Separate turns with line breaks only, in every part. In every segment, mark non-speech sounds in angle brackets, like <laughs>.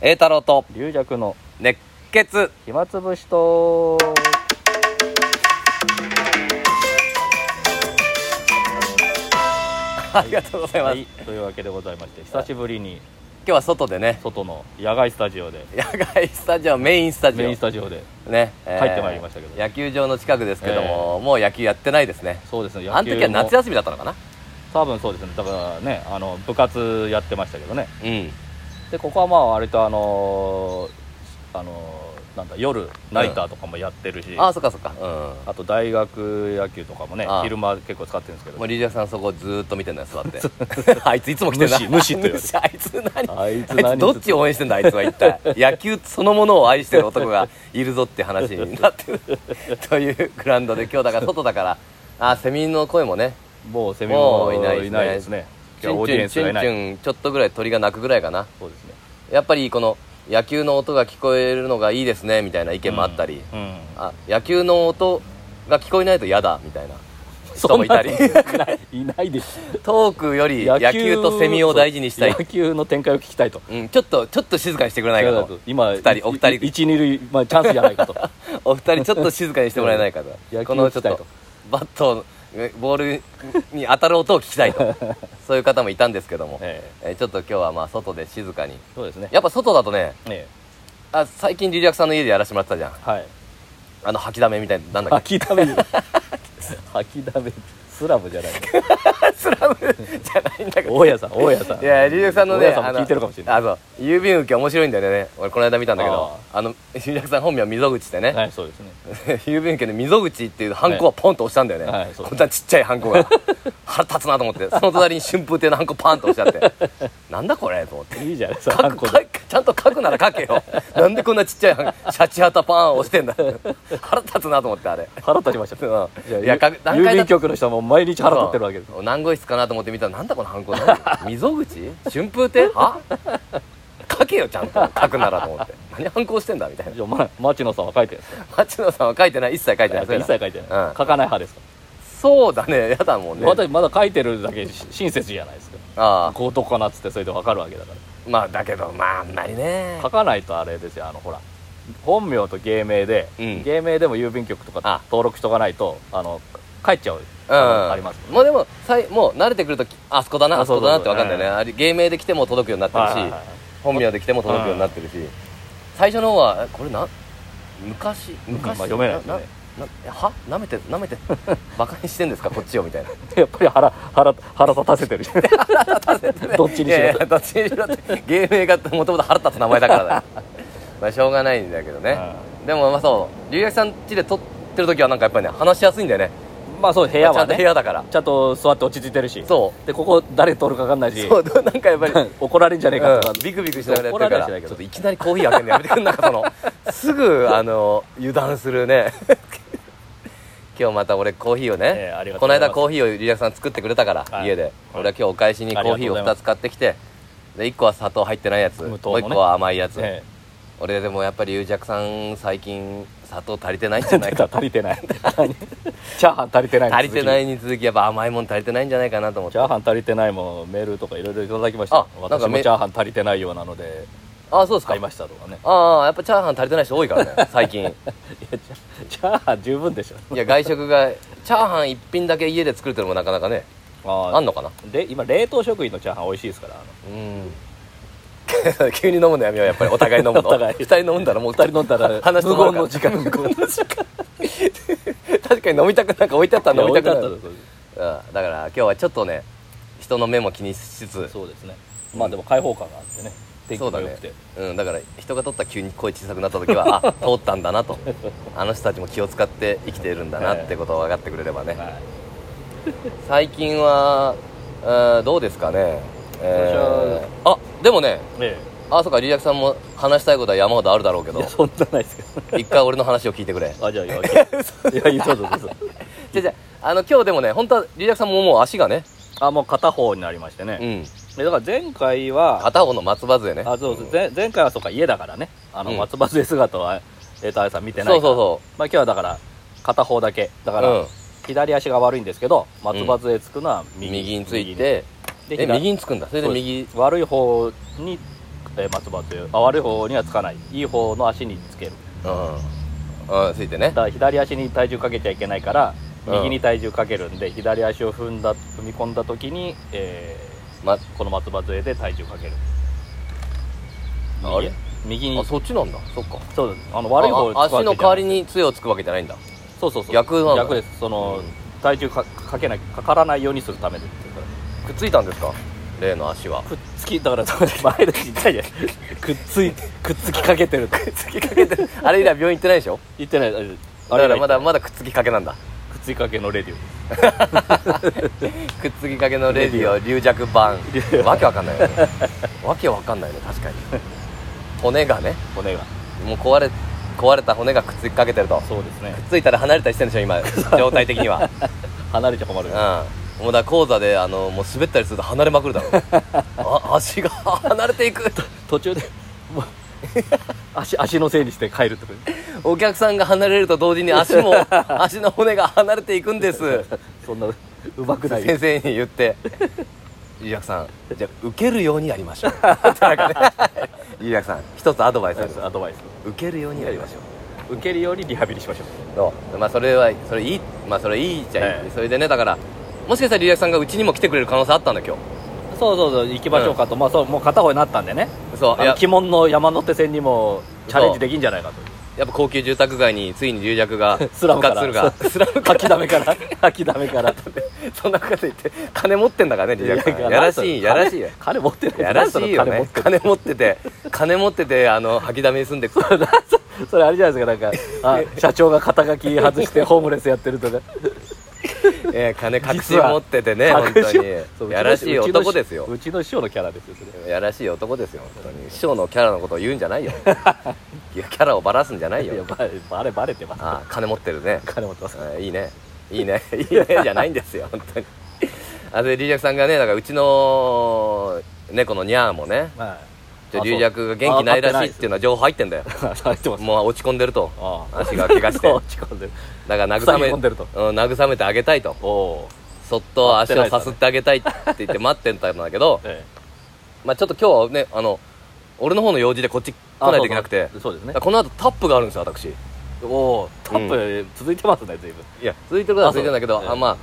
栄太郎と
龍尺の
熱血
暇つぶしと
ありがとうございます、
はいというわけでございまして久しぶりに
今日は外でね
外の野外スタジオで
野外スタジオメインスタジ
メ
オ
インスタジオで
ね、えー
帰ってまいりましたけど
野球場の近くですけども、もう野球やってないですね
そうですね
あの時は夏
や
休みだったのかな
多分そうですねだからねあの部活やってましたけどね
うん
でここはまあ割とあのーあのーなんだ夜ナイターとかもやってるし、
ああ
あ
そっかそっかう
と大学野球とかもね
ああ
昼間結構使ってるんですけ
んもう
ど
リジャクさんそこずーっと見てんだよ座って <laughs> あいついつも来てんだ
無視無視って言
無
われる
視 <laughs> あいつ何
あいつ
あいつどっち応援してんだあいつは一
<laughs>
体野球そのものを愛してる男がいるぞって話にな
<laughs>
ってるというグラウンドで今日だから外だからあセミの声もね
もうセミも
もうい
い
な
ない
で
い
すね
ですね
チ
今
ュ
日は
ン
オー
チ
デ
ュン
ィエン
チ
ス
ュ
がい
ンチ
ない
ュンちょっとぐらい鳥が鳴くぐらいかな
そうですね
やっぱりこの野球の音が聞こえるのがいいですねみたいな意見もあったり、
うんうん
あ野球の音が聞こえないと嫌だみ
<laughs>
たいな <laughs> 人もいたり
いないです
トークより野球とセミを大事にしたい
野、球の展開を聞きたいと
うん、ちょっとちょっと静かにしてくれないかと
今
二人お二人
一二塁、まあ、チャンスじゃない
<laughs>
かと
お二人ちょっと静かにしてもらえないか
野球
と
を
このちょっ
聞き
と
たい
バットボールに当たる音を聞きたい
<laughs>
とそういう方もいたんですけども、え
ええ
ーちょっと今日はまあ外で静かに
そうですね
やっぱ外だとね
ええ
あ最近リリアクさんの家でやらせてもらってたじゃん
はい
あの吐きだめみたいななん
<laughs>
だっけ
吐きだめ
<laughs>
吐きだめスラムじゃない
スラムじゃないんだけど
大家さん大家さん
いや龍尺さんのね
大家さんも聞いてるかもしれない
あのあそう郵便受け面白いんだよね俺この間見たんだけどあ <laughs> の龍尺さん本名溝口でね、
はいそうですね
<laughs> 郵便受けで溝口っていうハンコはポンと押したんだよね、
はいはいそう
こんなちっちゃいハンコが <laughs> 腹立つなと思ってその隣に春風亭のハンコパンと押しちゃって
<laughs>
なんだこれと思って
いいじゃないです
書
か
く書くちゃんと書くなら書け
<laughs>
よなんでこんなちっちゃいハンコシャチハタパン押してんだ腹立つなと思ってあれ
腹立ちました
うん
い
いや
や
か段階
郵
だ
便局の人はもう毎日腹立ってるわけです
そう何号室かなと思って見たらなんだこのハンコ何溝口春風亭は書けよちゃんと書くならと思って何ハンコ押してんだみたいな
じゃあま町野さんは書いてるんですか
町野さんは書いてない一切書いてない
やっぱ一切書いてない、
うん
書かない派ですか、
そうだねやだもんね
私まだ書いてるだけし親切じゃないですか
あ
強盗かなっつってそれで分かるわけだから
あまあだけどまああんまりね
書かないとあれですよあのほら本名と芸名で、
うん
芸名でも郵便局と
あ
か登録しとかないとあの帰っちゃう、
うん
ありますもんね
もうでもさいもう慣れてくるときあそこだなあ
あ
そ
そう
こ
そ
だ
うそ
な
う
って分かんだよねあれ芸名で来ても届くようになってる
はいはい
し
はい
本名で来ても届くようになってるし最初の方はえこれな昔昔、
まあ読めないですね
ななはなめてな
<laughs>
めてバカにしてんですかこっちをみたいな
やっぱり腹腹腹立たせてるどっち
い
にしろ
やいやどっちにしろって芸名がもともと腹立つ名前だから
<laughs>
だよまあしょうがないんだけどねでもまあそう龍薬さん家で撮ってる時はなんかやっぱりね話しやすいんだよね
まあそう部屋
ちゃ
は
んと
ね
部屋だから
ちゃんと座って落ち着いてるし
そう
でここ誰取るか分かんないし
そうなんかやっぱり
怒られるんじゃねえかとか、
ビクビクしながらやってるから
怒られはしない
ち
け
ょ
ど
っといきなりコーヒー開けるのやめてくんなかそ
<laughs>
のすぐあの油断するね今日また俺コーヒーをね、
ええありがと
こ
うご
の
ざいま
間
す
コーヒーをリラさん作ってくれたから、
はい
家で、
はい
俺は今日お返しにコーヒーを
ありがとうござい
2
ます
つ買ってきてで1個は砂糖入ってないやつ、もう
無糖のね
1個は甘いやつ、
え
俺でもやっぱりゆうじゃくさん最近砂糖足りてないんじゃない
え出
か
た足りてない何チャーハン <laughs> 足りてないの
足りてな
続
いに続きやっぱ甘いもん足りてないんじゃないかなと思っ
き
て
チャーハン足りてないもメールとかいろいろいただきました
あなんか
私
め
もチャーハン足りてないようなので
あそうですか
買いましたとかね
ああやっぱチャーハン足りてない人多いからね最近
いやチャ <laughs> チャーハン十分でしょ
いや外食がチャーハン一品だけ家で作るってのもなかなかね
あ
あんの
の
かな
で今冷凍食品のチャーハン美味しいですからあの
うん <laughs> 急に飲むのやめようやっぱりお互い飲むの
<laughs> お互い
2人飲んだらもう
二人飲んだ <laughs> ら
話止まるから
無言の時間
無言の時間 <laughs> 確かに飲みたくなんか置いてあったら飲みたくなる、うん、
そうです
だから今日はちょっとね人の目も気にしつつ
そうですねまあでも開放感があってね天気
そう
も
だ
良
ね
くて、
うん、だから人が取ったら急に声小さくなった時はあ通ったんだ
<laughs>
なとあの人たちも気を使って生きているんだなってことを分かってくれればね
はい
最近は、えーどうですかね、えーあでもね
え
あそうかリリアクさんも話したいことは山ほどあるだろうけ
えい
ど
やそんなないですけど
一回俺の話を聞いてくれ
あじゃあい <laughs> やいやいやそうそう <laughs> そうそう
<laughs> じゃじゃあの今日でもね本当はリリアクさんももう足がね、
あもう片方になりましてね、
うん、
でだから前回は
片方の松葉杖ね
あそうそう前前回はそうか家だからねあの、
うん
松葉杖姿はえーとあやさん見てない
そう
から
そうそ
まあ、今日はだから片方だけだから、
うん
左足が悪いんですけど松葉杖つくのは
う
右,、
右について
右に
え
で左
右につくんだそれで右
そうです悪い方にえー松葉というあ悪い方にはつかないいい方の足につける
うん、うん、ついてね
だから左足に体重かけちゃいけないから
うん
右に体重かけるんで、左足を踏んだ踏み込んだ時に、え
ま
ーこの松葉杖で体重かける
あれ
右に
あそっちなんだそっか
そうですあの悪い方を
ああ足の代わり
に
に杖をつくわけじゃないんだ
そうそうそう
逆なんだ
逆ですその、
うん
体重かかけないかからないようにするためです
くっついたんです <laughs> か例の足は
くっつきだから <laughs> それ前で言ったじゃんくっついくっつきかけてるくっつきかけてる
あれ以来病院行ってないでしょ
言ってないあれ
あ
あ
れだから
れ
ま
まだ
だまだくっつきかけなんだ
くっつきかけのレディ
くっつきかけのレディオ流弱版わけわかんないよねわけわかんないね確かに骨がね
オ骨が
もう壊れ壊れた骨がくっつきかけてるとくっ
そうですね
ついたら離れたりしてるでしょ今状態的には
離れちゃ困る
うんもうだから講座であのもう滑ったりすると離れまくるだろうあ足が離れていく
途中でもう足足のせいにして帰るってこと
お客さんが離れると同時に足も足の骨が離れていくんです
そんなうまくない
先生に言 <laughs> って「ゆうやくさんじゃあ受けるようにやりましょ <laughs> う」なんかね <laughs> ゆうやくさん一つアドバイスある
アドバイス
受けるようにやりましょ
受けるようにリハビリしましょう
うそうまあそれはそれいいまあそれいいじゃいい、
はい
それでねだからもしかしたらゆうやくさんがうちにも来てくれる可能性あったんだ今日
そうそうそう行きましょうかと、まあそうもう片方になったんでね
そう
あ
い
の
や
鬼門の山手線にもチャレンジできんじゃないかと
やっぱ高級住宅街についに重弱 <laughs> が
スラムから
するがスラム
<laughs> 吐きだめから吐きだめから
<laughs> そんなこと言って金持ってんだからね重弱さんやらしいやらしいよ
金持ってない
やらしいよ
金
ね
持ってる
金持ってて金持っててあの吐きだめに住んでくから
それあれじゃないですかなんかあ社長が肩書き外してホームレスやってるとか
えー金隠し持って
<laughs>
てね本
隠しをそ
当
ううちの
にやらしい男ですよ
うちの師匠のキャラですよそれ
やらしい男ですよ本当に師匠のキャラのことを言うんじゃ
<laughs>
ないよいやキャラをばらすんじゃない
いや
よ
バレバレバレてます
ああ金持ってるね
金持ってます
あーいいねいいね <laughs> いいねじゃないんですよ本当にあで龍尺さんがねだからうちの猫のニャーもね
は
じゃあ龍尺が元気ないらしいっていうのは情報入ってんだよ
い入ってます
もう落ち込んでると
ああ
足が怪我して
そう落ち込んでる
だから慰め
塞ぎ込んでると
うん、慰めてあげたいと
おおー
そっと足をさすってあげたいって言って待ってたんだけど
え
まあちょっと今日はねあの俺の方の用事でこっち
え
来ないといけなくて
そうそうそうですね
この後タップがあるんですよ私い
おおタップ続いてますね随分
や続いてることは続いてるんだけど
あそう
あまあ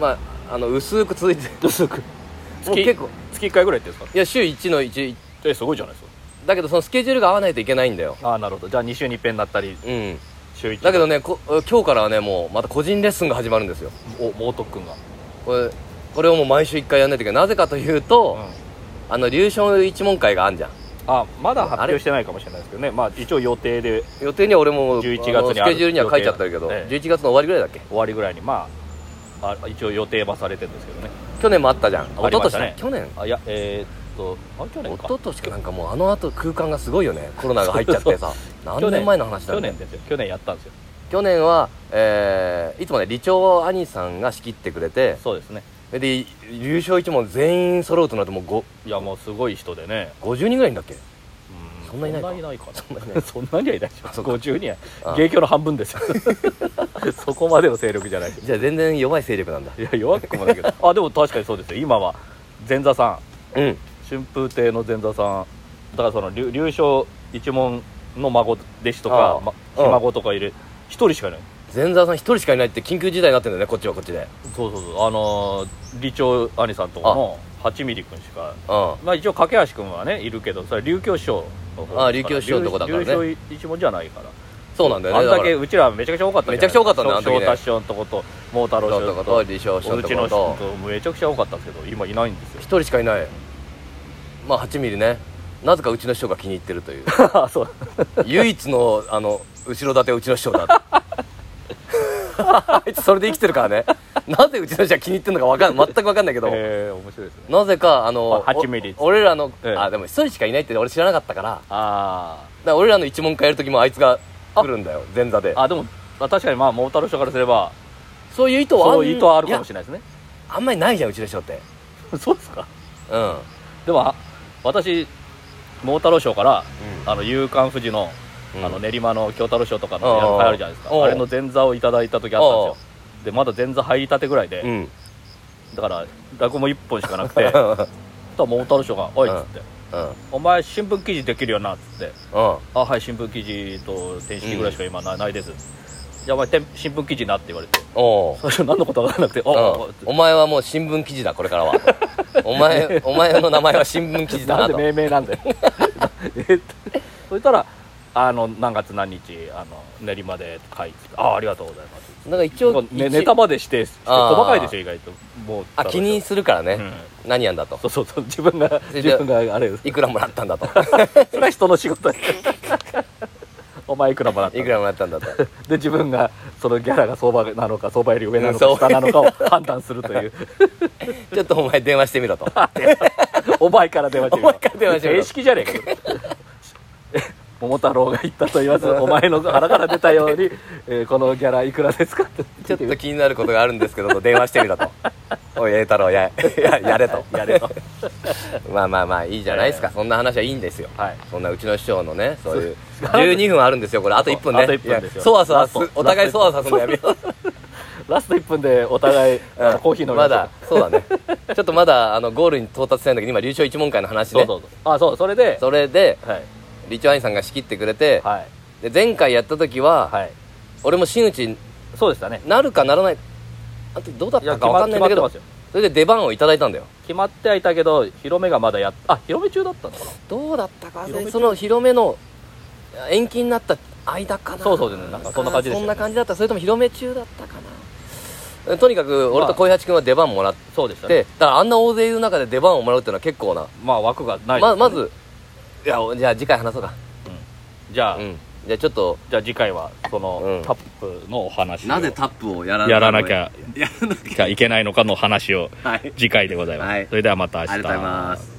まああの薄く続 <laughs> いてる
月
もう結構
月1回ぐらいやってるんです
いや週1の1
かえすごいじゃないです
だけどそのスケジュールが合わないといけないんだよ
かああなるほどじゃあ2週に一遍になったり
うん
週1
だけどねこ今日からはねもうまた個人レッスンが始まるんですよ
お猛特訓が
これこれをもう毎週1回やんないといけないなぜかというと、
うん
あの流暢一問会があんじゃん
あまだ発表してないかもしれないですけどねまあ一応予定で
予定には俺も
11月に
あのス
ある
ケジュールには書いちゃってるけど、
ええ
11月の終わりぐらいだっけ
終わりぐらいにまああ一応予定はされてるんですけどね
去年もあったじゃん一
あり
昨
ま
年
したね
去年
あいやえー、っとあ去年
一
か
昨年かなんかもうあの後空間がすごいよ <laughs> ねコロナが入っちゃってさ何年前の話だ
去
ろうね
年ですよ去年やったんですよ
去年は、えーいつもね理長兄さんが仕切ってくれて
そうですね
で優勝一問全員揃うとなるともうご
いやもうすごい人でね
50人ぐらいいんだっけ
う
そんないないか
そんなにないかな
そんなにない
<laughs> そんなにはいないでしょ
そうか
50人は
ああ
現況の半分で
<laughs>
すよそこまでの勢力じゃない
じゃあ全然弱い勢力なんだ
いや弱くもないけどあでも確かにそうですよ今は前座さん
うん
春風亭の前座さんだからその流流昇一門の孫弟子と
ああ
かまひ孫とかいる一人しかいない
前澤さん一人しかいないって緊急事態になってんだよねこっちはこっちで
そうそうそうあのー理長兄さんとかの8ミリ君しか
う
まあ一応架橋君はねいるけどそれは琉球師匠の方
ああ琉球師匠のとこだからね
琉球一門じゃないから
んそうなんだよ
あ
ね
ん
だ
だ
か
け
ら
うちらめちゃくちゃ多かったじゃない
めちゃくちゃ多かったんだよあの時ね
翔太師匠のとこと桃太郎師匠のと
と
こ
理想師匠
う
のと
ち
こ
の
ろと
人とめちゃくちゃ多かったんですけど今いないんですよ
一人しかいないまあ8ミリねなぜかうちの師匠が気に入ってるという
あ <laughs> そう
唯一のあの後ろ盾はうちの師匠だ <laughs> あいつそれで生きてるからねなぜうちの師匠が気に入ってるのかわかん全く分かんないけど、
<laughs> えー、面白いですね
なぜかあの
あ8ミリ
お俺らの、
ええ
あでも一人しかいないって俺知らなかったからだか
あ
ら俺らの一問会やる時もあいつが来るんだよ前座で
ああでもまあ確かにまあ桃太郎師匠からすれば
そういう意図は
そういう意図はあるかもし
れ
れな
な
いですね
いやあんまりないじゃんうちの師匠って
そうですか
うん、うん、
でもあ私桃太郎師匠からあの夕刊富士の
うん
あの練馬の京太郎師匠とか
あ
の
あ
やる会あるじゃないです
ああ
かあれの前座をいただいた時あったん
あ
ですよでまだ前座入りたてぐらいで、
うん <laughs>
だから落語も1本しかなくてそしたら桃太郎師匠が「おい」っつって「
うんうん
お前新聞記事できるよなっつって
あ
あはい新聞記事と電子機ぐらいしか今な,、ないですじゃあお前てん新聞記事なって言われて <laughs>
おう
最初何のことわからなくてあ、
うんお前はもう新聞記事だこれからはお前お前の名前は新聞記事だなん
なで
と
命名なんだよえっと <laughs> そしたらあの何月何日あの練馬で書いてああありがとうございます
なんか一応、
ね、
一
ネタまで指定して
あー
細かいでしょ意外ともう
あ気にするからね、何やんだと
そうそうそう自 <laughs> 分が
それ
自
で
分があれ <laughs>
いくらもらったんだと
それは人の仕事だお前いくらも <laughs> らった
いくらもらったんだと
で自分がそのギャラが相場なのか相場より上なの
そ
か
う
下なのかを判断するという
ちょっとお前電話してみろ
<laughs>
と
お前から電話してみろ
お前から電話してみろ
正式じゃねえかよ桃太郎が言ったと言わ <laughs> ずお前の腹から出たように、えーこのギャラいくらですかって
ちょっと気になることがあるんですけどと電話してみろ
<laughs>
とおい栄太郎やややれと
やれと
まあまあまあいいじゃないですか、
ええ
そんな話はいいんですよ
はい
そんなうちの師匠のねそう
<laughs>
いう
そう
12分あるんですよこれあと1分ね
あと一分ですよ
いやそわそわす
ラスト
お互いそわそわするのやめよ
<laughs>
う
ラスト1分でお互い、
うん
コーヒー飲み
ま
しょう
だそうだねちょっとまだあのゴールに到達してないんだけど今流暢一問会の話
そ
ね
うそうそうあそうそれで
それで
はい
リチョアインさんが仕切ってくれて、
はい
で前回やった時は、
はい
俺も真打ちに
そうでしたね
なるかならないあとどうだっ
いや
たか
決ま
わか
っ
んな
決
いん
ま
だ
っ
け
てま
ど
すよ
それで出番をいただいたんだよ
決まってはいたけど広めがまだやっあ広め中だったのかな
どうだったか忘れ
広め
その広めの延期になった間かな
そうそうですねなんかそんな感じで
あー
したよね
そんな感じだったそれとも広め中だったかなとにかく俺と小八君は出番もらっ
そうでしたね
てだからあんな大勢いる中で出番をもらうっていうのは結構な、
まあ枠がないです
ま
ね
まずいやじゃあ次回話そうか
じゃあ、
うんじゃあちょっと
じゃあ次回はその、
うん
タップのお話を
タップをやら
やらなきゃ
やらなき
いけないのかの話を
ゃはい
次回でございます、
はい
それではまた明日
ありがとうございます